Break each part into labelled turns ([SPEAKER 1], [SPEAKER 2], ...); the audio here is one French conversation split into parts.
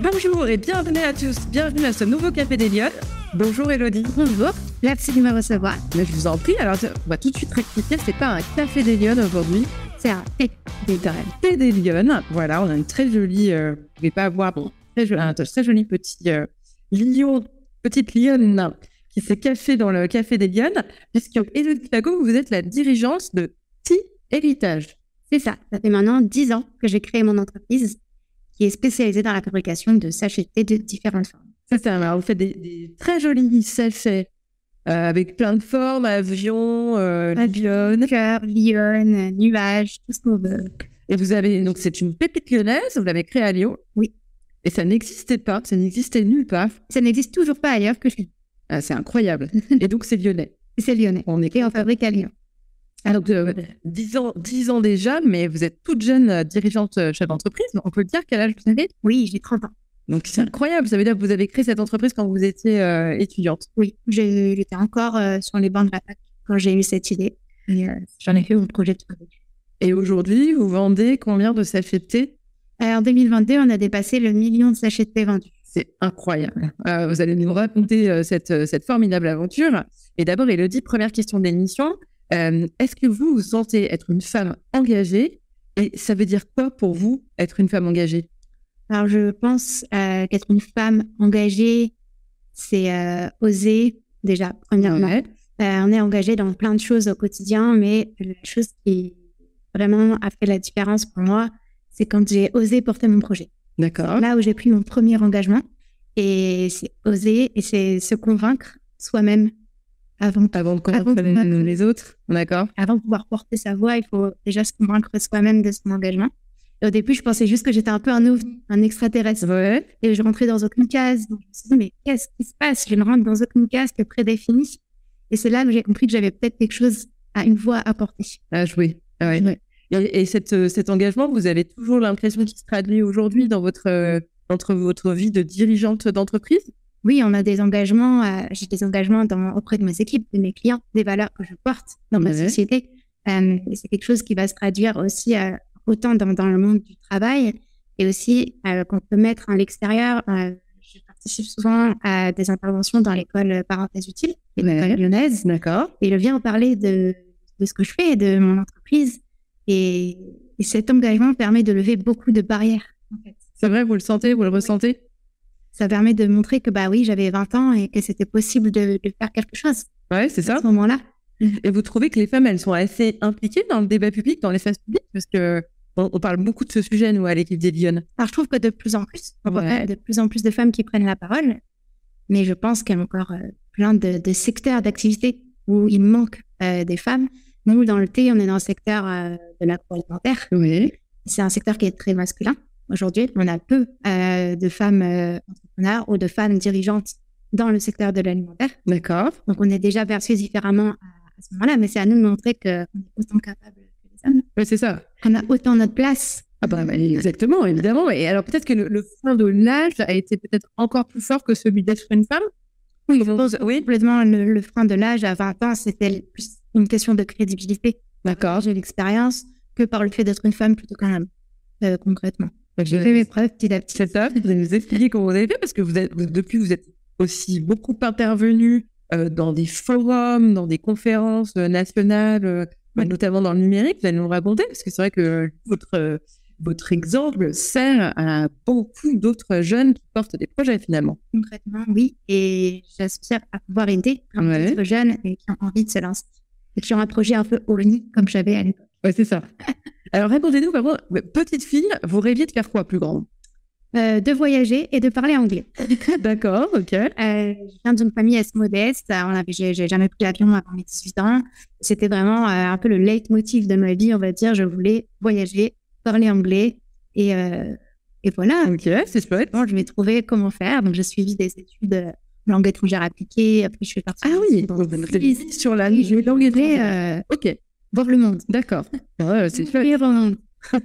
[SPEAKER 1] Bonjour et bienvenue à tous, bienvenue à ce nouveau Café des Lyon. Bonjour Elodie.
[SPEAKER 2] Bonjour, merci de me recevoir.
[SPEAKER 1] Mais je vous en prie, alors on va tout de suite rectifier, c'est pas un Café des Lyon aujourd'hui,
[SPEAKER 2] C'est un thé
[SPEAKER 1] littéraire Café des Lyon. Voilà, on a une très jolie, euh, vous pouvez pas voir, bon, très jo- un très joli petit euh, lion, petite lionne qui s'est cachée dans le Café des Lyon, puisque Elodie Pago, vous êtes la dirigeante de Petit Héritage.
[SPEAKER 2] C'est ça. Ça fait maintenant 10 ans que j'ai créé mon entreprise qui est spécialisée dans la fabrication de sachets de thé de différentes formes.
[SPEAKER 1] C'est ça, alors vous faites des, des très jolis sachets euh, avec plein de formes, avions, euh,
[SPEAKER 2] Avion, cœur, lionne, nuage, tout ce qu'on veut.
[SPEAKER 1] Et vous avez donc c'est une pépite lyonnaise, vous l'avez créée à Lyon.
[SPEAKER 2] Oui.
[SPEAKER 1] Et ça n'existait pas, ça n'existait nulle part.
[SPEAKER 2] Ça n'existe toujours pas ailleurs que chez nous.
[SPEAKER 1] Ah, c'est incroyable. Et donc c'est lyonnais.
[SPEAKER 2] C'est lyonnais.
[SPEAKER 1] On est Ah,
[SPEAKER 2] Et on fabrique à Lyon.
[SPEAKER 1] alors de 10 ans, 10 ans déjà, mais vous êtes toute jeune euh, dirigeante euh, chef d'entreprise. On peut dire quel âge vous avez
[SPEAKER 2] Oui, j'ai 30 ans.
[SPEAKER 1] Donc c'est incroyable. Ça veut dire que vous avez créé cette entreprise quand vous étiez euh, étudiante.
[SPEAKER 2] Oui, j'ai- j'étais encore euh, sur les bancs de la fac quand j'ai eu cette idée. Et euh, j'en ai fait mon projet de fabrique.
[SPEAKER 1] Et aujourd'hui, vous vendez combien de sachets de thé
[SPEAKER 2] Euh, en 2022, on a dépassé le million de sachets de thé vendus.
[SPEAKER 1] C'est incroyable. Euh, vous allez nous raconter euh, cette, euh, cette formidable aventure. Et d'abord, Elodie, première question de l'émission. Euh, Est-ce que vous vous sentez être une femme engagée Et ça veut dire quoi pour vous être une femme engagée
[SPEAKER 2] Alors, je pense euh, qu'être une femme engagée, c'est euh, oser, déjà, premièrement.
[SPEAKER 1] Ouais.
[SPEAKER 2] Euh, on est engagé dans plein de choses au quotidien, mais la chose qui vraiment a fait la différence pour moi, c'est quand j'ai osé porter mon projet.
[SPEAKER 1] D'accord.
[SPEAKER 2] Là où j'ai pris mon premier engagement, et c'est oser, et c'est se convaincre soi-même avant.
[SPEAKER 1] Avant de
[SPEAKER 2] Avant
[SPEAKER 1] connaître
[SPEAKER 2] de
[SPEAKER 1] les,
[SPEAKER 2] connaître.
[SPEAKER 1] les autres. D'accord.
[SPEAKER 2] Avant de pouvoir porter sa voix, il faut déjà se convaincre soi-même de son engagement. Et au début, je pensais juste que j'étais un peu un ovni, un extraterrestre
[SPEAKER 1] Ouais.
[SPEAKER 2] et je rentrais dans aucune case. Donc, je me suis dit, mais qu'est-ce qui se passe Je ne rentre dans aucune case que prédéfinie. Et c'est là que j'ai compris que j'avais peut-être quelque chose à une voix à porter.
[SPEAKER 1] À jouer. Ah ouais.
[SPEAKER 2] Ouais.
[SPEAKER 1] Et, et cette, euh, cet engagement, vous avez toujours l'impression qu'il se traduit aujourd'hui dans votre, euh, entre votre vie de dirigeante d'entreprise
[SPEAKER 2] Oui, on a des engagements, euh, j'ai des engagements dans, auprès de mes équipes, de mes clients, des valeurs que je porte dans ma
[SPEAKER 1] Ouais.
[SPEAKER 2] société. Euh, et c'est quelque chose qui va se traduire aussi euh, autant dans, dans le monde du travail et aussi euh, qu'on peut mettre à l'extérieur. Euh, je participe souvent à des interventions dans l'école parenthèse utile, l'école
[SPEAKER 1] Ouais.
[SPEAKER 2] lyonnaise.
[SPEAKER 1] D'accord.
[SPEAKER 2] et je viens parler de, de ce que je fais, de mon entreprise. Et, et cet engagement permet de lever beaucoup de barrières. en fait.
[SPEAKER 1] C'est vrai, vous le sentez, vous le ressentez
[SPEAKER 2] Ça permet de montrer que bah oui, j'avais 20 ans et que c'était possible de, de faire quelque chose
[SPEAKER 1] Ouais, c'est
[SPEAKER 2] à
[SPEAKER 1] ça.
[SPEAKER 2] ce moment-là.
[SPEAKER 1] Et vous trouvez que les femmes, elles sont assez impliquées dans le débat public, dans l'espace public, parce que on, on parle beaucoup de ce sujet, nous, à l'équipe des Lyonnes.
[SPEAKER 2] Alors je trouve que de plus en plus, on voit
[SPEAKER 1] Ouais.
[SPEAKER 2] de plus en plus de femmes qui prennent la parole, mais je pense qu'il y a encore euh, plein de, de secteurs d'activité où il manque euh, des femmes. Nous, dans le thé, on est dans le secteur euh, de l'agroalimentaire.
[SPEAKER 1] Oui.
[SPEAKER 2] C'est un secteur qui est très masculin. Aujourd'hui, on a peu euh, de femmes euh, entrepreneurs ou de femmes dirigeantes dans le secteur de l'alimentaire.
[SPEAKER 1] D'accord.
[SPEAKER 2] Donc, on est déjà perçus différemment à, à ce moment-là, mais c'est à nous de montrer qu'on est autant capable que les hommes,
[SPEAKER 1] Ouais, c'est ça.
[SPEAKER 2] qu'on a autant notre place.
[SPEAKER 1] Ah bah, bah, exactement, évidemment. Et alors, peut-être que le, le frein de l'âge a été peut-être encore plus fort que celui d'être une femme.
[SPEAKER 2] Oui,
[SPEAKER 1] je pense- oui.
[SPEAKER 2] Complètement, le, le frein de l'âge à 20 ans, c'était plus une question de crédibilité.
[SPEAKER 1] D'accord.
[SPEAKER 2] J'ai l'expérience que par le fait d'être une femme plutôt qu'un homme, euh, concrètement. J'ai fait mes
[SPEAKER 1] C'est
[SPEAKER 2] preuves petit à petit.
[SPEAKER 1] ça. Vous allez nous expliquer comment vous avez fait, parce que vous êtes, vous- depuis, vous êtes aussi beaucoup intervenu euh, dans des forums, dans des conférences euh, nationales, euh, bah,
[SPEAKER 2] Ouais.
[SPEAKER 1] notamment dans le numérique. Vous allez nous raconter, parce que c'est vrai que votre, euh, votre exemple sert à beaucoup d'autres jeunes qui portent des projets finalement.
[SPEAKER 2] Concrètement, oui. Et j'aspire à pouvoir aider un
[SPEAKER 1] Ouais.
[SPEAKER 2] petit peu jeunes et qui ont envie de se lancer. Et qui ont un projet un peu unique comme j'avais à l'époque.
[SPEAKER 1] Ouais, c'est ça. Alors, racontez-nous, par contre, petite fille, vous rêviez de faire quoi plus grand
[SPEAKER 2] Euh, de voyager et de parler anglais.
[SPEAKER 1] D'accord, ok.
[SPEAKER 2] Euh, je viens d'une famille assez modeste. Euh, On avait, j'ai, j'ai jamais pris l'avion avant mes 18 ans. C'était vraiment euh, un peu le leitmotiv de ma vie, on va dire. Je voulais voyager, parler anglais. Et, euh, et voilà.
[SPEAKER 1] Ok, c'est chouette.
[SPEAKER 2] Bon, je vais trouver comment faire. Donc, j'ai suivi des études euh, langue étrangère appliquée. Après, je suis partie.
[SPEAKER 1] Ah oui,
[SPEAKER 2] dans
[SPEAKER 1] vous
[SPEAKER 2] une
[SPEAKER 1] êtes
[SPEAKER 2] entreprise.
[SPEAKER 1] sur la
[SPEAKER 2] Oui, je
[SPEAKER 1] langue
[SPEAKER 2] voulais,
[SPEAKER 1] étrangère.
[SPEAKER 2] euh,
[SPEAKER 1] Ok,
[SPEAKER 2] voir le monde.
[SPEAKER 1] d'accord. Ouais, c'est chouette.
[SPEAKER 2] Et euh,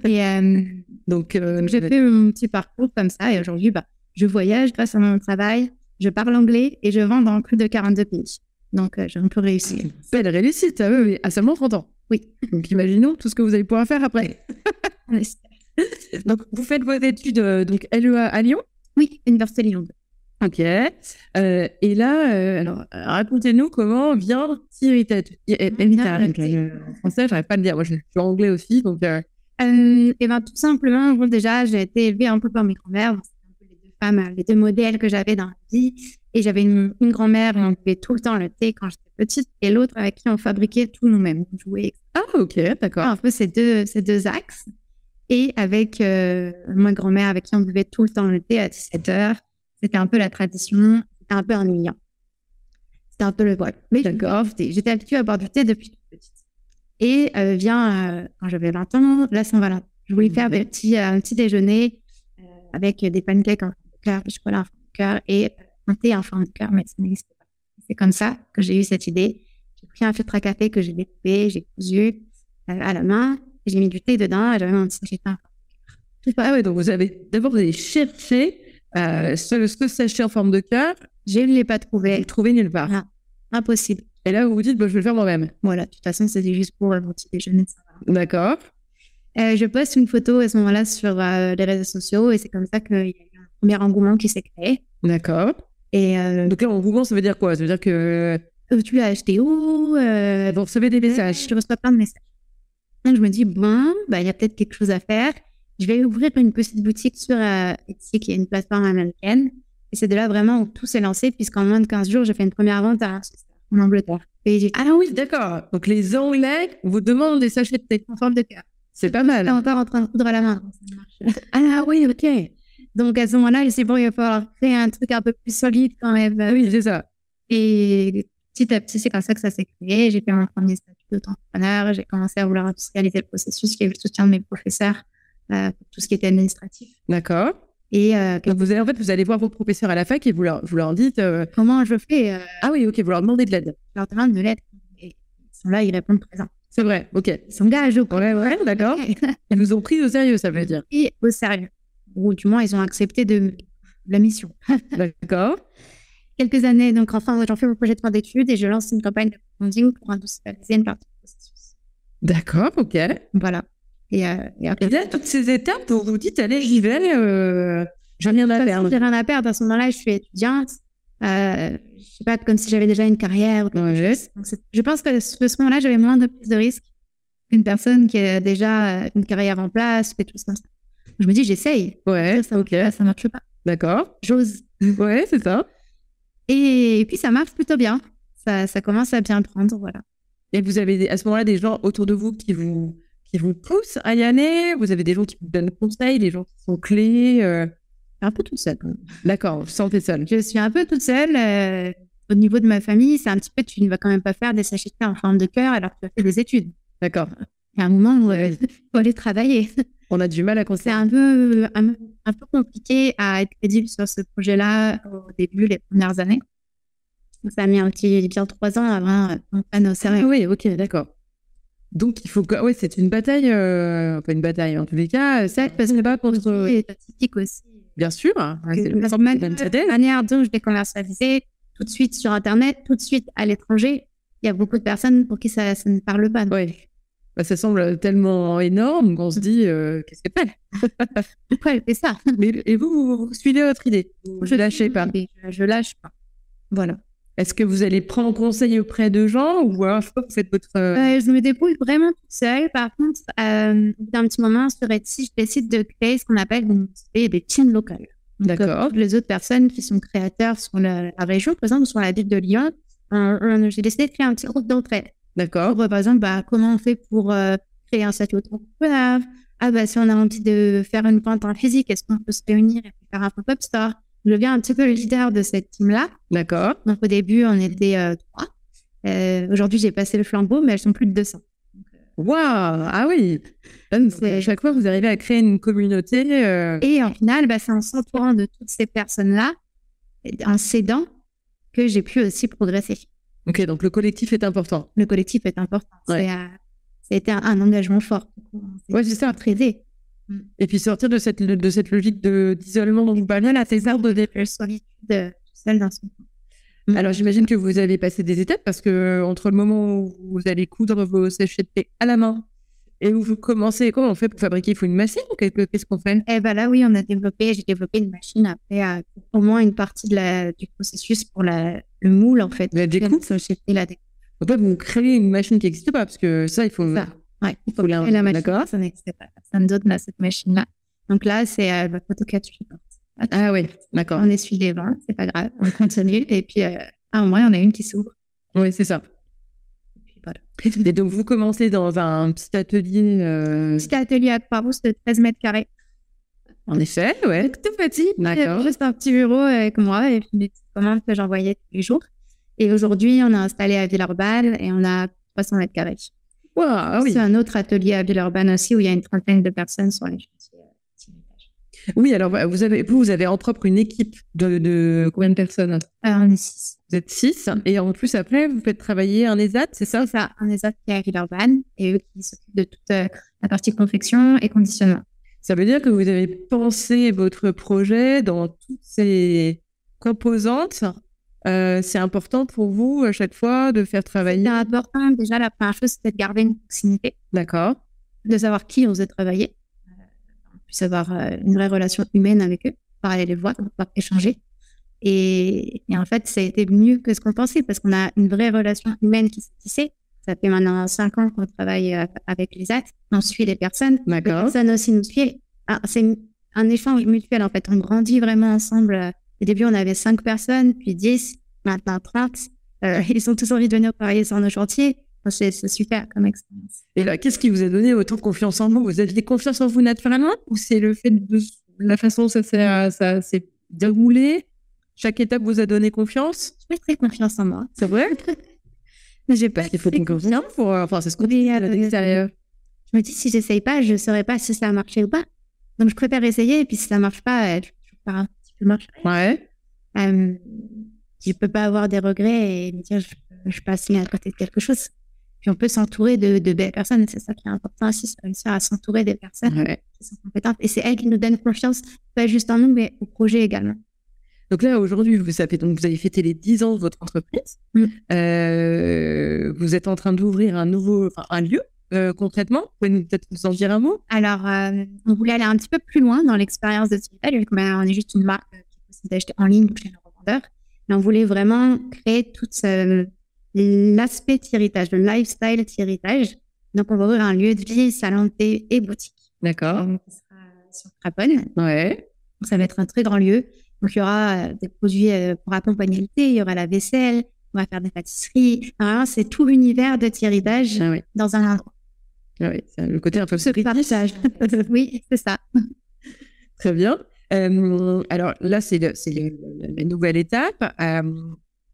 [SPEAKER 2] et, euh,
[SPEAKER 1] Donc, euh,
[SPEAKER 2] j'ai fait mon petit parcours comme ça et aujourd'hui, bah, je voyage grâce à mon travail, je parle anglais et je vends dans plus de 42 pays. Donc, euh, j'ai un peu réussi.
[SPEAKER 1] belle réussite à, eux, à seulement 30 ans.
[SPEAKER 2] Oui.
[SPEAKER 1] Donc, imaginons tout ce que vous allez
[SPEAKER 2] Ah,
[SPEAKER 1] pouvoir faire après.
[SPEAKER 2] On espère.
[SPEAKER 1] Donc, vous faites vos études euh, donc LEA à Lyon
[SPEAKER 2] Oui, Université Lyon 2.
[SPEAKER 1] Ok. Euh, et là, euh, alors, racontez-nous comment vient Thierry Tatou. Ah,
[SPEAKER 2] Thierry.
[SPEAKER 1] euh, En français, j'arrive pas à le dire. Moi, je suis anglais aussi, donc. euh,
[SPEAKER 2] Euh, et ben tout simplement, bon, déjà, j'ai été élevée un peu par mes grands-mères. Donc, c'était un peu les deux femmes, euh, les deux modèles que j'avais dans la vie. Et j'avais une, une grand-mère, et on buvait tout le temps le thé quand j'étais petite, et l'autre avec qui on fabriquait tout nous-mêmes. On jouait
[SPEAKER 1] Ah, ok, d'accord.
[SPEAKER 2] un peu ces deux, ces deux axes. Et avec euh, ma grand-mère, avec qui on buvait tout le temps le thé à 17h, c'était un peu la tradition, c'était un peu ennuyant. C'était un peu le voile. Mais je
[SPEAKER 1] D'accord.
[SPEAKER 2] buvais du thé. J'étais habituée à boire du thé depuis toute petite. Et euh, vient, euh, quand j'avais 20 ans, la Saint-Valentin. Je voulais faire des petits, euh, un petit déjeuner euh, avec des pancakes en forme de cœur, du chocolat en forme de cœur et un thé en forme de cœur, mais ça n'existait pas. C'est comme ça que j'ai eu cette idée. J'ai pris un filtre à café que j'ai découpé, j'ai cousu, euh, à la main. J'ai mis du thé dedans et j'avais mon petit sachet de pain.
[SPEAKER 1] Ah, ouais, donc vous avez. D'abord, vous avez cherché euh, ce, ce sachet en forme de cœur,
[SPEAKER 2] Je ne l'ai pas
[SPEAKER 1] vous le
[SPEAKER 2] trouvé.
[SPEAKER 1] trouvez nulle part.
[SPEAKER 2] Ah. Impossible.
[SPEAKER 1] Et là, vous vous dites, bah, je vais le faire moi-même.
[SPEAKER 2] Voilà, de toute façon, c'était juste pour euh, mon petit déjeuner. de Saint-Valentin.
[SPEAKER 1] D'accord.
[SPEAKER 2] Euh, je poste une photo à ce moment-là sur euh, les réseaux sociaux et c'est comme ça qu'il y a eu un premier engouement qui s'est créé.
[SPEAKER 1] D'accord.
[SPEAKER 2] Et euh,
[SPEAKER 1] Donc là, en googlant, ça veut dire quoi Ça veut dire que
[SPEAKER 2] Euh, tu l'as acheté où Euh,
[SPEAKER 1] vous recevez des messages.
[SPEAKER 2] Je reçois plein de messages. Donc, je me dis, bon, bah, il y a peut-être quelque chose à faire. Je vais ouvrir une petite boutique sur euh, Etsy, qui est une plateforme américaine. Et c'est de là vraiment où tout s'est lancé, puisqu'en moins de 15 jours, j'ai fait une première vente à Manchester, en Angleterre. Et j'ai
[SPEAKER 1] Ah oui, d'accord. Donc les Anglais vous demandent des sachets de thé.
[SPEAKER 2] en forme de cœur.
[SPEAKER 1] C'est pas
[SPEAKER 2] J'étais
[SPEAKER 1] mal.
[SPEAKER 2] encore en train de coudre la main. donc ça marche.
[SPEAKER 1] Ah oui, ok.
[SPEAKER 2] Donc, à ce moment-là, je me suis dit, bon, il va falloir créer un truc un peu plus solide quand même.
[SPEAKER 1] Ah oui, c'est ça.
[SPEAKER 2] Et petit à petit, c'est comme ça que ça s'est créé. J'ai fait mon premier statut d'entrepreneur. J'ai commencé à vouloir industrialiser le processus. J'ai eu le soutien de mes professeurs euh, pour tout ce qui était administratif.
[SPEAKER 1] D'accord.
[SPEAKER 2] Et euh, que-
[SPEAKER 1] Donc vous allez, en fait, vous allez voir vos professeurs à la fac et vous leur, vous leur dites euh,
[SPEAKER 2] comment je fais euh,
[SPEAKER 1] Ah oui, ok, vous leur demandez de l'aide.
[SPEAKER 2] Je leur demande de l'aide. Et ils sont là, ils répondent présent.
[SPEAKER 1] C'est vrai, ok.
[SPEAKER 2] Ils s'engagent au
[SPEAKER 1] Ouais, ouais, d'accord. Ils nous ont pris au sérieux, ça veut dire.
[SPEAKER 2] et au sérieux. Ou du moins, ils ont accepté de de la mission.
[SPEAKER 1] D'accord.
[SPEAKER 2] Quelques années, donc enfin, j'en fais mon projet de fin d'études et je lance une campagne de crowdfunding pour industrialiser une partie du processus.
[SPEAKER 1] D'accord, ok. Et
[SPEAKER 2] Voilà. Et, euh, et après,
[SPEAKER 1] là, toutes ces étapes, vous vous dites, allez, j'y vais, euh, j'ai rien à
[SPEAKER 2] De toute façon,
[SPEAKER 1] perdre.
[SPEAKER 2] J'ai rien à perdre. À ce moment-là, je suis étudiante. Euh, je sais pas, comme si j'avais déjà une carrière. ou quelque
[SPEAKER 1] Ouais.
[SPEAKER 2] chose. Donc, c'est- je pense que à ce ce moment-là, j'avais moins de prise de risque qu'une personne qui a déjà euh, une carrière en place, fait tout ça. Je me dis, j'essaye.
[SPEAKER 1] Ouais,
[SPEAKER 2] Ça, ok. Ça marche pas.
[SPEAKER 1] d'accord.
[SPEAKER 2] J'ose.
[SPEAKER 1] Ouais, c'est ça.
[SPEAKER 2] Et, puis, ça marche plutôt bien. Ça, ça commence à bien prendre, voilà.
[SPEAKER 1] Et vous avez des- à ce moment-là des gens autour de vous qui vous, qui vous poussent à y aller. Vous avez des gens qui vous donnent conseils, des gens qui sont clés. euh,
[SPEAKER 2] Un peu toute seule.
[SPEAKER 1] D'accord, vous vous sentez seul.
[SPEAKER 2] Je suis un peu toute seule. euh, au niveau de ma famille, c'est un petit peu, tu ne vas quand même pas faire des sachets de thé en forme de cœur alors que tu as fait des études.
[SPEAKER 1] D'accord.
[SPEAKER 2] Il y a un moment où euh, il faut aller travailler.
[SPEAKER 1] On a du mal à
[SPEAKER 2] C'est
[SPEAKER 1] conseiller.
[SPEAKER 2] un peu, un, un peu compliqué à être crédible sur ce projet-là au début, les premières années. Donc, Ça a mis un petit, bien trois ans avant euh, qu'on prenne au
[SPEAKER 1] Ah
[SPEAKER 2] sérieux.
[SPEAKER 1] oui, ok, d'accord. Donc il faut que, ouais, c'est une bataille, euh, pas une bataille en tous les cas. Ça, parce que pas contre.
[SPEAKER 2] Et statistique aussi.
[SPEAKER 1] Bien sûr, hein, ouais, c'est
[SPEAKER 2] Parce
[SPEAKER 1] le
[SPEAKER 2] que
[SPEAKER 1] format de
[SPEAKER 2] maintenant,
[SPEAKER 1] Manhattan.
[SPEAKER 2] la manière dont je l'ai commercialisé, tout de suite sur Internet, tout de suite à l'étranger, il y a beaucoup de personnes pour qui ça, ça ne parle pas.
[SPEAKER 1] Ouais. Bah, ça semble tellement énorme qu'on se dit euh, qu'est-ce que c'est
[SPEAKER 2] Pourquoi elle fait ça
[SPEAKER 1] Mais et vous, vous, vous suivez votre idée, vous ne lâchez pas.
[SPEAKER 2] Je, je lâche pas. Voilà.
[SPEAKER 1] Est-ce que vous allez prendre conseil auprès de gens ou alors je sais pas, vous faites votre euh,
[SPEAKER 2] Euh, je me débrouille vraiment toute seule. Par contre, euh, au bout d'un petit moment, sur Etsy, je décide de créer ce qu'on appelle donc, des des chaînes locales. Donc,
[SPEAKER 1] D'accord.
[SPEAKER 2] euh, les autres personnes qui sont créateurs sur la, la région, par exemple, sur la ville de Lyon, euh, euh, j'ai décidé de créer un petit groupe d'entraide.
[SPEAKER 1] D'accord.
[SPEAKER 2] Pour, par exemple, bah, comment on fait pour euh, créer un statut entrepreneur Ah, bah, si on a envie de faire une vente en physique, est-ce qu'on peut se réunir et faire un pop-up store Je deviens un petit peu le leader de cette team-là.
[SPEAKER 1] D'accord.
[SPEAKER 2] Donc au début, on était euh, trois. Euh, Aujourd'hui, j'ai passé le flambeau, mais elles sont plus de 200.
[SPEAKER 1] Waouh Ah oui Là, donc,
[SPEAKER 2] C'est-
[SPEAKER 1] à chaque fois, vous arrivez à créer une communauté. euh,
[SPEAKER 2] Et en final, bah, c'est en s'entourant de toutes ces personnes-là, et en s'aidant, que j'ai pu aussi progresser.
[SPEAKER 1] Ok, donc le collectif est important.
[SPEAKER 2] Le collectif est important.
[SPEAKER 1] Ouais.
[SPEAKER 2] C'est, euh, ça a été un, un engagement fort. Du coup, on s'est
[SPEAKER 1] Ouais, c'est ça.
[SPEAKER 2] tous aidés.
[SPEAKER 1] Et puis sortir de cette, de cette logique de- d'isolement dont vous parliez, là, ces arbres de...
[SPEAKER 2] Je suis solitude seule dans son coin.
[SPEAKER 1] Alors j'imagine que vous avez passé des étapes parce que euh, entre le moment où vous allez coudre vos sachets de thé à la main Et où vous commencez, comment on fait pour fabriquer Il faut une machine ou quelque- qu'est-ce qu'on fait
[SPEAKER 2] Eh ben là, oui, on a développé, j'ai développé une machine après à- au moins une partie de la, du processus pour la, le moule, en fait.
[SPEAKER 1] La découpe
[SPEAKER 2] Et la découpe.
[SPEAKER 1] Donc là, vous créez une machine qui n'existe pas, parce que ça, il faut.
[SPEAKER 2] Ça. Ouais, il faut
[SPEAKER 1] Faut la-
[SPEAKER 2] créer la machine.
[SPEAKER 1] Ah, d'accord.
[SPEAKER 2] Ça n'existait pas. Personne d'autre n'a cette machine-là. Donc là, c'est euh, votre AutoCAD suivante.
[SPEAKER 1] Ah oui, d'accord.
[SPEAKER 2] On essuie les vins, c'est pas grave, on continue. Et puis, euh, à un moment, il y en a une qui s'ouvre.
[SPEAKER 1] Oui, c'est ça.
[SPEAKER 2] Et puis voilà.
[SPEAKER 1] Et donc, vous commencez dans un petit atelier. euh,
[SPEAKER 2] Petit atelier à Parousse de 13 mètres carrés.
[SPEAKER 1] En effet, ouais.
[SPEAKER 2] Donc, tout petit.
[SPEAKER 1] D'accord.
[SPEAKER 2] Euh, Juste un petit bureau avec moi et puis des petites commandes que j'envoyais tous les jours. Et aujourd'hui, on a installé à Villeurbanne et on a 300 mètres carrés.
[SPEAKER 1] Waouh, ah oui.
[SPEAKER 2] C'est un autre atelier à Villeurbanne aussi où il y a une trentaine de personnes sur les chantiers. euh, petit étage.
[SPEAKER 1] Oui, alors voilà, vous avez, vous, vous avez en propre une équipe de, de combien de personnes
[SPEAKER 2] Euh, on est six.
[SPEAKER 1] Vous êtes six, et en plus après, vous faites travailler un ESAT, c'est ça
[SPEAKER 2] C'est ça, on est autres qui est à Villeurbanne et eux qui s'occupent de toute euh, la partie confection et conditionnement.
[SPEAKER 1] Ça veut dire que vous avez pensé votre projet dans toutes ses composantes. Euh, c'est important pour vous à chaque fois de faire
[SPEAKER 2] C'est
[SPEAKER 1] travailler.
[SPEAKER 2] important, déjà, la première chose, c'est de garder une proximité.
[SPEAKER 1] D'accord.
[SPEAKER 2] de savoir qui on faisait travailler, euh, puisse avoir euh, une vraie relation humaine avec eux, pouvoir aller les voir, pouvoir échanger. Et, et en fait, ça a été mieux que ce qu'on pensait parce qu'on a une vraie relation humaine qui s'est tissée. Ça fait maintenant cinq ans qu'on travaille euh, avec les actes, on suit les personnes, les
[SPEAKER 1] D'accord.
[SPEAKER 2] personnes aussi nous suivent. Ah, C'est un échange mutuel en fait, on grandit vraiment ensemble. Au début, on avait cinq personnes, puis 10, maintenant 30. Euh, ils ont tous envie de venir travailler sur nos chantiers. C'est c'est super comme expérience.
[SPEAKER 1] Et là, qu'est-ce qui vous a donné autant confiance en vous Vous aviez confiance en vous naturellement ou c'est le fait de la façon dont ça s'est euh, ça s'est déroulé Chaque étape vous a donné confiance
[SPEAKER 2] Je fais très confiance en moi.
[SPEAKER 1] C'est vrai
[SPEAKER 2] Mais j'ai pas.
[SPEAKER 1] Il faut
[SPEAKER 2] très
[SPEAKER 1] une confiance pour. Enfin, c'est ce qu'on dit
[SPEAKER 2] Oui,
[SPEAKER 1] à
[SPEAKER 2] euh,
[SPEAKER 1] l'extérieur.
[SPEAKER 2] Je me dis, si j'essaye pas, je saurais pas si ça a marché ou pas. Donc, je préfère essayer. Et puis, si ça marche pas, euh, je je pars un petit peu marcher.
[SPEAKER 1] Ouais.
[SPEAKER 2] Euh, je peux pas avoir des regrets et me dire, je, je passe à côté de quelque chose. Puis, on peut s'entourer de, de belles personnes. C'est ça qui est important aussi, c'est réussir à s'entourer des personnes
[SPEAKER 1] ouais.
[SPEAKER 2] qui sont compétentes. Et c'est elles qui nous donnent confiance, pas juste en nous, mais au projet également.
[SPEAKER 1] Donc là, aujourd'hui, vous savez, donc vous avez fêté les 10 ans de votre entreprise.
[SPEAKER 2] Mm.
[SPEAKER 1] Euh, vous êtes en train d'ouvrir un nouveau, enfin, un lieu euh, concrètement. Vous pouvez nous- peut-être nous en dire un mot
[SPEAKER 2] Alors, euh, on voulait aller un petit peu plus loin dans l'expérience de Timital, vu qu'on a- on est juste une marque euh, qui est possible d'acheter en ligne chez nos revendeurs. Mais on voulait vraiment créer tout ce- l'aspect héritage, le lifestyle héritage. Donc, on va ouvrir un lieu de vie, salon de thé et boutique.
[SPEAKER 1] D'accord.
[SPEAKER 2] Donc, ça sera euh, sur Craponne.
[SPEAKER 1] Ouais.
[SPEAKER 2] Donc, ça va être un très grand lieu. Donc, il y aura euh, des produits euh, pour accompagner le thé, il y aura la vaisselle, on va faire des pâtisseries. Enfin, vraiment, c'est tout l'univers de héritage
[SPEAKER 1] Ah ouais.
[SPEAKER 2] dans un endroit.
[SPEAKER 1] Ah ouais. C'est Le côté un peu
[SPEAKER 2] de Partage. oui, c'est ça.
[SPEAKER 1] Très bien. Euh, alors là, c'est le- c'est le- le- la nouvelle étape. Euh,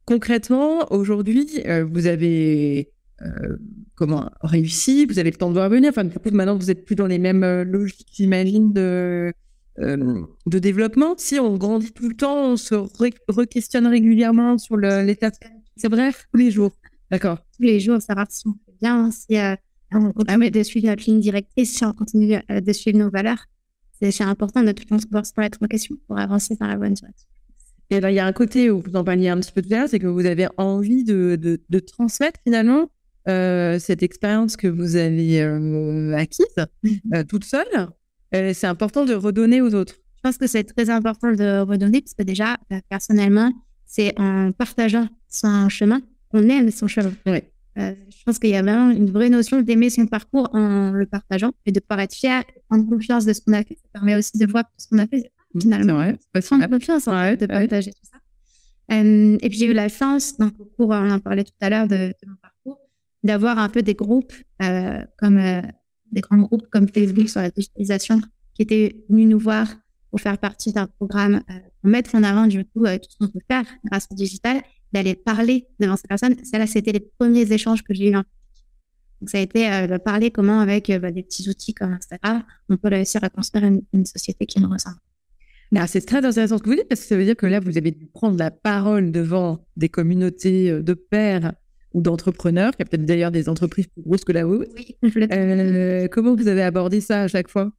[SPEAKER 1] concrètement, aujourd'hui, euh, vous avez euh, comment réussi Vous avez le temps de voir venir. Enfin, du coup, maintenant, vous n'êtes plus dans les mêmes euh, logiques, j'imagine, de, euh, de développement. Si on grandit tout le temps, on se re- re-questionne régulièrement sur le- l'état. C'est bref, tous les jours. D'accord.
[SPEAKER 2] tous les jours, savoir si on fait bien, si euh, on continue de suivre notre ligne directrice, si on continue euh, de suivre nos valeurs. C'est c'est important de tout le temps se pouvoir se remettre en question pour avancer dans la bonne direction.
[SPEAKER 1] Et là, il y a un côté où vous en parliez un petit peu tout à l'heure, c'est que vous avez envie de, de, de transmettre finalement euh, cette expérience que vous avez euh, acquise euh, toute seule. Euh, c'est important de redonner aux autres.
[SPEAKER 2] Je pense que c'est très important de redonner, parce que déjà, euh, personnellement, c'est en partageant son chemin qu'on aime son chemin.
[SPEAKER 1] Ouais.
[SPEAKER 2] Euh, je pense qu'il y a vraiment une vraie notion d'aimer son parcours en le partageant et de pouvoir être fier, prendre confiance de ce qu'on a fait. Ça permet aussi de voir ce qu'on a fait. Finalement.
[SPEAKER 1] Ouais, c'est pas
[SPEAKER 2] prendre
[SPEAKER 1] simple.
[SPEAKER 2] confiance en
[SPEAKER 1] Ah, Ouais,
[SPEAKER 2] fait, de
[SPEAKER 1] ouais.
[SPEAKER 2] partager tout ça. Euh, et puis j'ai eu la chance, donc au cours, on en parlait tout à l'heure de, de mon parcours, d'avoir un peu des groupes euh, comme euh, des grands groupes comme Facebook sur la digitalisation qui étaient venus nous voir pour faire partie d'un programme, euh, pour mettre en avant du coup euh, tout ce qu'on peut faire grâce au digital, d'aller parler devant ces personnes. Ça là, c'était les premiers échanges que j'ai eu en public. Donc ça a été euh, de parler comment avec euh, bah, des petits outils comme Instagram, on peut réussir à construire une, une société qui nous ressemble.
[SPEAKER 1] Alors, c'est très intéressant ce que vous dites parce que ça veut dire que là, vous avez dû prendre la parole devant des communautés euh, de pairs ou d'entrepreneurs, qui a peut-être d'ailleurs des entreprises plus grosses que la vôtre.
[SPEAKER 2] Oui, je voulais
[SPEAKER 1] Euh, comment vous avez abordé ça à chaque fois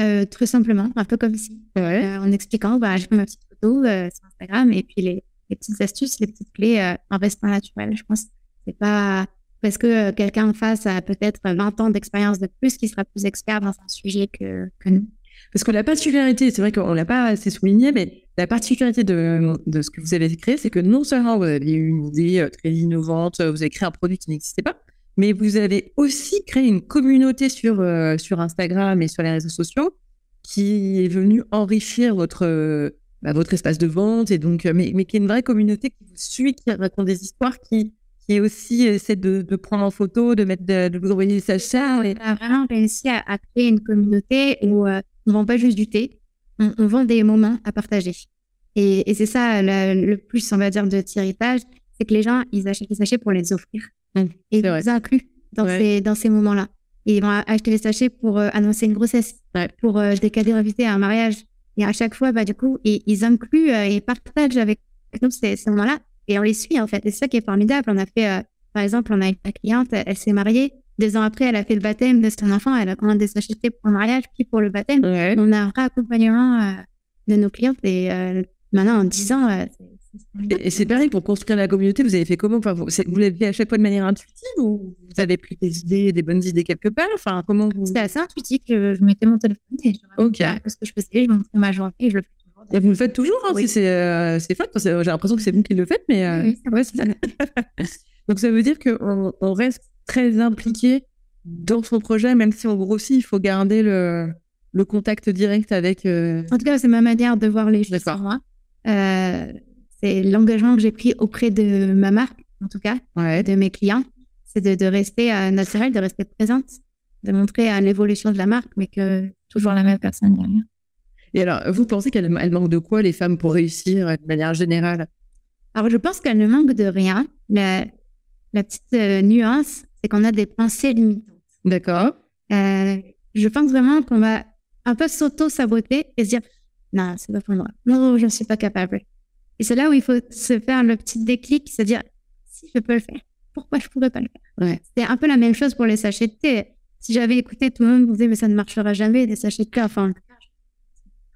[SPEAKER 2] Euh, très simplement, un peu comme ici,
[SPEAKER 1] ouais.
[SPEAKER 2] Euh, en expliquant, bah, je fais ma petite photo euh, sur Instagram et puis les, les petites astuces, les petites clés euh, en restant naturel. Je pense que c'est pas parce que euh, quelqu'un en face a peut-être 20 ans d'expérience de plus qui sera plus expert dans un sujet que, que nous.
[SPEAKER 1] Parce que la particularité, c'est vrai qu'on ne l'a pas assez souligné, mais la particularité de, de ce que vous avez créé, c'est que non seulement vous avez eu une idée euh, très innovante, vous avez créé un produit qui n'existait pas, mais vous avez aussi créé une communauté sur, euh, sur Instagram et sur les réseaux sociaux qui est venue enrichir votre, euh, bah, votre espace de vente, et donc, euh, mais, mais qui est une vraie communauté qui vous suit, qui raconte des histoires, qui, qui est aussi euh, essaie de, de prendre en photo, de, mettre de, de vous envoyer sa charge. Et...
[SPEAKER 2] On a vraiment réussi à, à créer une communauté où euh, on ne vend pas juste du thé, on, on vend des moments à partager. Et, et c'est ça le, le plus, on va dire, de tiritage, c'est que les gens, ils achètent les sachets pour les offrir.
[SPEAKER 1] Mmh,
[SPEAKER 2] Et
[SPEAKER 1] C'est
[SPEAKER 2] ils
[SPEAKER 1] vrai.
[SPEAKER 2] vous incluent dans
[SPEAKER 1] Ouais.
[SPEAKER 2] ces, dans ces moments-là. Et ils vont a- acheter les sachets pour euh, annoncer une grossesse,
[SPEAKER 1] Ouais.
[SPEAKER 2] pour euh, décaler invité à un mariage. Et à chaque fois, bah, du coup, ils, ils incluent euh, et partagent avec nous ces, ces moments-là. Et on les suit, en fait. Et c'est ça qui est formidable. On a fait, euh, par exemple, on a une cliente, elle, elle s'est mariée. Deux ans après, elle a fait le baptême de son enfant. Elle a commandé des sachets pour le mariage, puis pour le baptême.
[SPEAKER 1] Ouais.
[SPEAKER 2] On a un vrai accompagnement euh, de nos clientes. Et euh, maintenant, en 10 ans, euh, c'est- c'est-
[SPEAKER 1] Et et c'est pareil, pour construire la communauté, vous avez fait comment enfin, Vous, c'est- vous l'avez fait à chaque fois de manière intuitive ou vous avez pris des idées, des bonnes idées quelque part Enfin, comment vous...
[SPEAKER 2] C'était assez intuitif. Je, je mettais mon téléphone et je
[SPEAKER 1] Ok.
[SPEAKER 2] racontais ce que je faisais. Je montrais ma journée et je le fais toujours.
[SPEAKER 1] Et vous le faites toujours, hein,
[SPEAKER 2] Oui.
[SPEAKER 1] c'est- c'est euh, c'est chouette, parce que j'ai l'impression que c'est vous qui le faites, mais... euh,
[SPEAKER 2] Oui, oui, c'est vrai, c'est ça.
[SPEAKER 1] Donc ça veut dire qu'on on reste très impliqué dans son projet, même si on grossit, il faut garder le, le contact direct avec... euh,
[SPEAKER 2] En tout cas, c'est ma manière de voir les choses
[SPEAKER 1] D'accord.
[SPEAKER 2] pour moi. Euh, c'est l'engagement que j'ai pris auprès de ma marque, en tout cas,
[SPEAKER 1] Ouais.
[SPEAKER 2] euh, de mes clients. C'est de, de rester euh, naturelle, de rester présente, de montrer euh, l'évolution de la marque, mais que toujours la même personne derrière.
[SPEAKER 1] Et alors, vous pensez qu'elle elle manque de quoi, les femmes, pour réussir euh, de manière générale
[SPEAKER 2] Alors, je pense qu'elle ne manque de rien. La, la petite euh, nuance, c'est qu'on a des pensées limitantes.
[SPEAKER 1] D'accord
[SPEAKER 2] Euh, je pense vraiment qu'on va un peu s'auto-saboter et se dire non, c'est pas pour moi. Non, je ne suis pas capable. Et c'est là où il faut se faire le petit déclic, se dire si je peux le faire, pourquoi je pourrais pas le faire
[SPEAKER 1] Ouais.
[SPEAKER 2] C'est un peu la même chose pour les sachets de thé. Si j'avais écouté tout le monde me disait mais ça ne marchera jamais des sachets de thé, enfin, de toute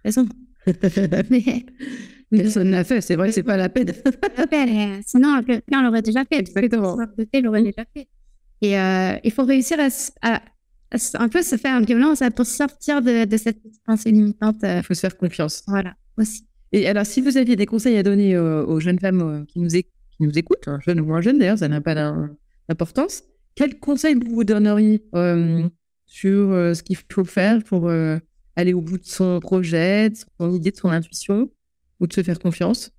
[SPEAKER 2] façon. Mais, mais
[SPEAKER 1] Personne n'a fait, c'est vrai, c'est pas la peine.
[SPEAKER 2] euh, sinon quelqu'un l'aurait déjà fait.
[SPEAKER 1] Exactement.
[SPEAKER 2] Le thé l'aurait déjà fait. Et euh, il faut réussir à, s- à- à s- un peu se faire une violence à- pour sortir de, de cette petite pensée limitante. euh,
[SPEAKER 1] Il faut se faire confiance.
[SPEAKER 2] voilà, aussi.
[SPEAKER 1] Et alors, si vous aviez des conseils à donner euh, aux jeunes femmes euh, qui, nous é- qui nous écoutent, hein, jeunes ou moins jeunes d'ailleurs, ça n'a pas d'im- d'importance, quels conseils vous vous donneriez euh, sur euh, ce qu'il faut faire pour euh, aller au bout de son projet, de son idée, de son intuition, ou de se faire confiance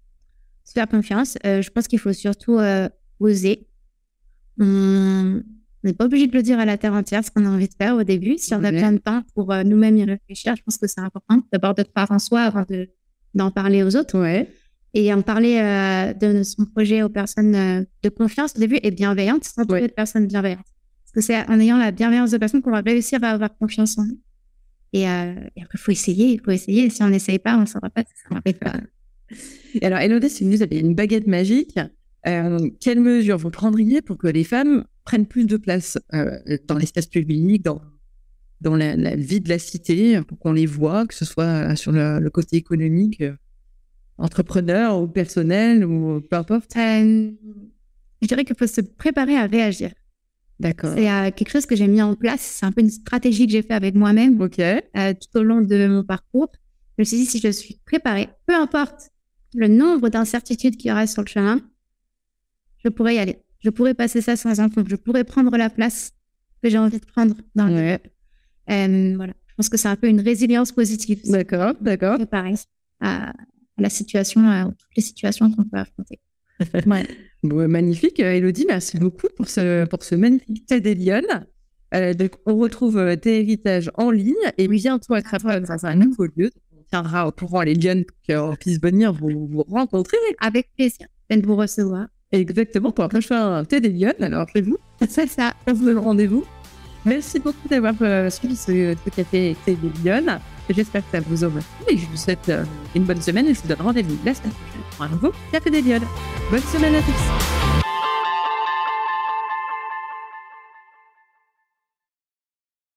[SPEAKER 2] Se faire confiance. Euh, je pense qu'il faut surtout euh, oser. Hum, On n'est pas obligé de le dire à la terre entière ce qu'on a envie de faire au début. Si on a
[SPEAKER 1] Ouais.
[SPEAKER 2] plein de temps pour euh, nous-mêmes y réfléchir, je pense que c'est important d'abord de croire en soi avant de- d'en parler aux autres.
[SPEAKER 1] Ouais.
[SPEAKER 2] et en parler euh, de son projet aux personnes euh, de confiance au début et bienveillantes, sans trouver
[SPEAKER 1] Ouais.
[SPEAKER 2] de personnes bienveillantes. Parce que c'est en ayant la bienveillance de personnes qu'on va réussir à avoir confiance en nous. Et, euh, et après, il faut essayer, il faut essayer. Si on n'essaye pas, on ne saura pas si ça marche pas.
[SPEAKER 1] Et Alors, Elodie, si vous avez une baguette magique, euh, quelles mesures vous prendriez pour que les femmes prennent plus de place euh, dans l'espace public, dans, dans la, la vie de la cité, pour qu'on les voit, que ce soit euh, sur le, le côté économique, euh, entrepreneur ou personnel ou peu importe
[SPEAKER 2] Euh, je dirais qu'il faut se préparer à réagir.
[SPEAKER 1] D'accord.
[SPEAKER 2] C'est euh, quelque chose que j'ai mis en place. C'est un peu une stratégie que j'ai fait avec moi-même
[SPEAKER 1] Ok.
[SPEAKER 2] euh, tout au long de mon parcours. Je me suis dit, si je suis préparée, peu importe le nombre d'incertitudes qu'il y aura sur le chemin, je pourrais y aller. Je pourrais passer ça sans un fond. Je pourrais prendre la place que j'ai envie de prendre dans le
[SPEAKER 1] Ouais.
[SPEAKER 2] Euh, voilà. Je pense que c'est un peu une résilience positive. se
[SPEAKER 1] D'accord, d'accord.
[SPEAKER 2] préparer à, à la situation, à toutes les situations qu'on peut affronter. Ouais.
[SPEAKER 1] Bon, euh, magnifique, Euh, Elodie, merci beaucoup pour ce, pour ce magnifique TED des Lyonnes. Euh, donc, on retrouve euh, tes héritages en ligne et bientôt à Crapon dans un nouveau lieu. On tiendra au courant les Lyonnes pour qu'on puisse venir vous, vous rencontrer.
[SPEAKER 2] Avec plaisir de vous recevoir.
[SPEAKER 1] Exactement pour un prochain TED des Lyonnes. Alors, chez vous,
[SPEAKER 2] C'est ça.
[SPEAKER 1] on vous donne rendez-vous. Merci beaucoup d'avoir euh, suivi ce, ce café TED des Lyonnes. J'espère que ça vous aura plu et je vous souhaite euh, une bonne semaine et je vous donne rendez-vous la semaine prochaine pour un nouveau café des Lyonnes. Bonne semaine à tous.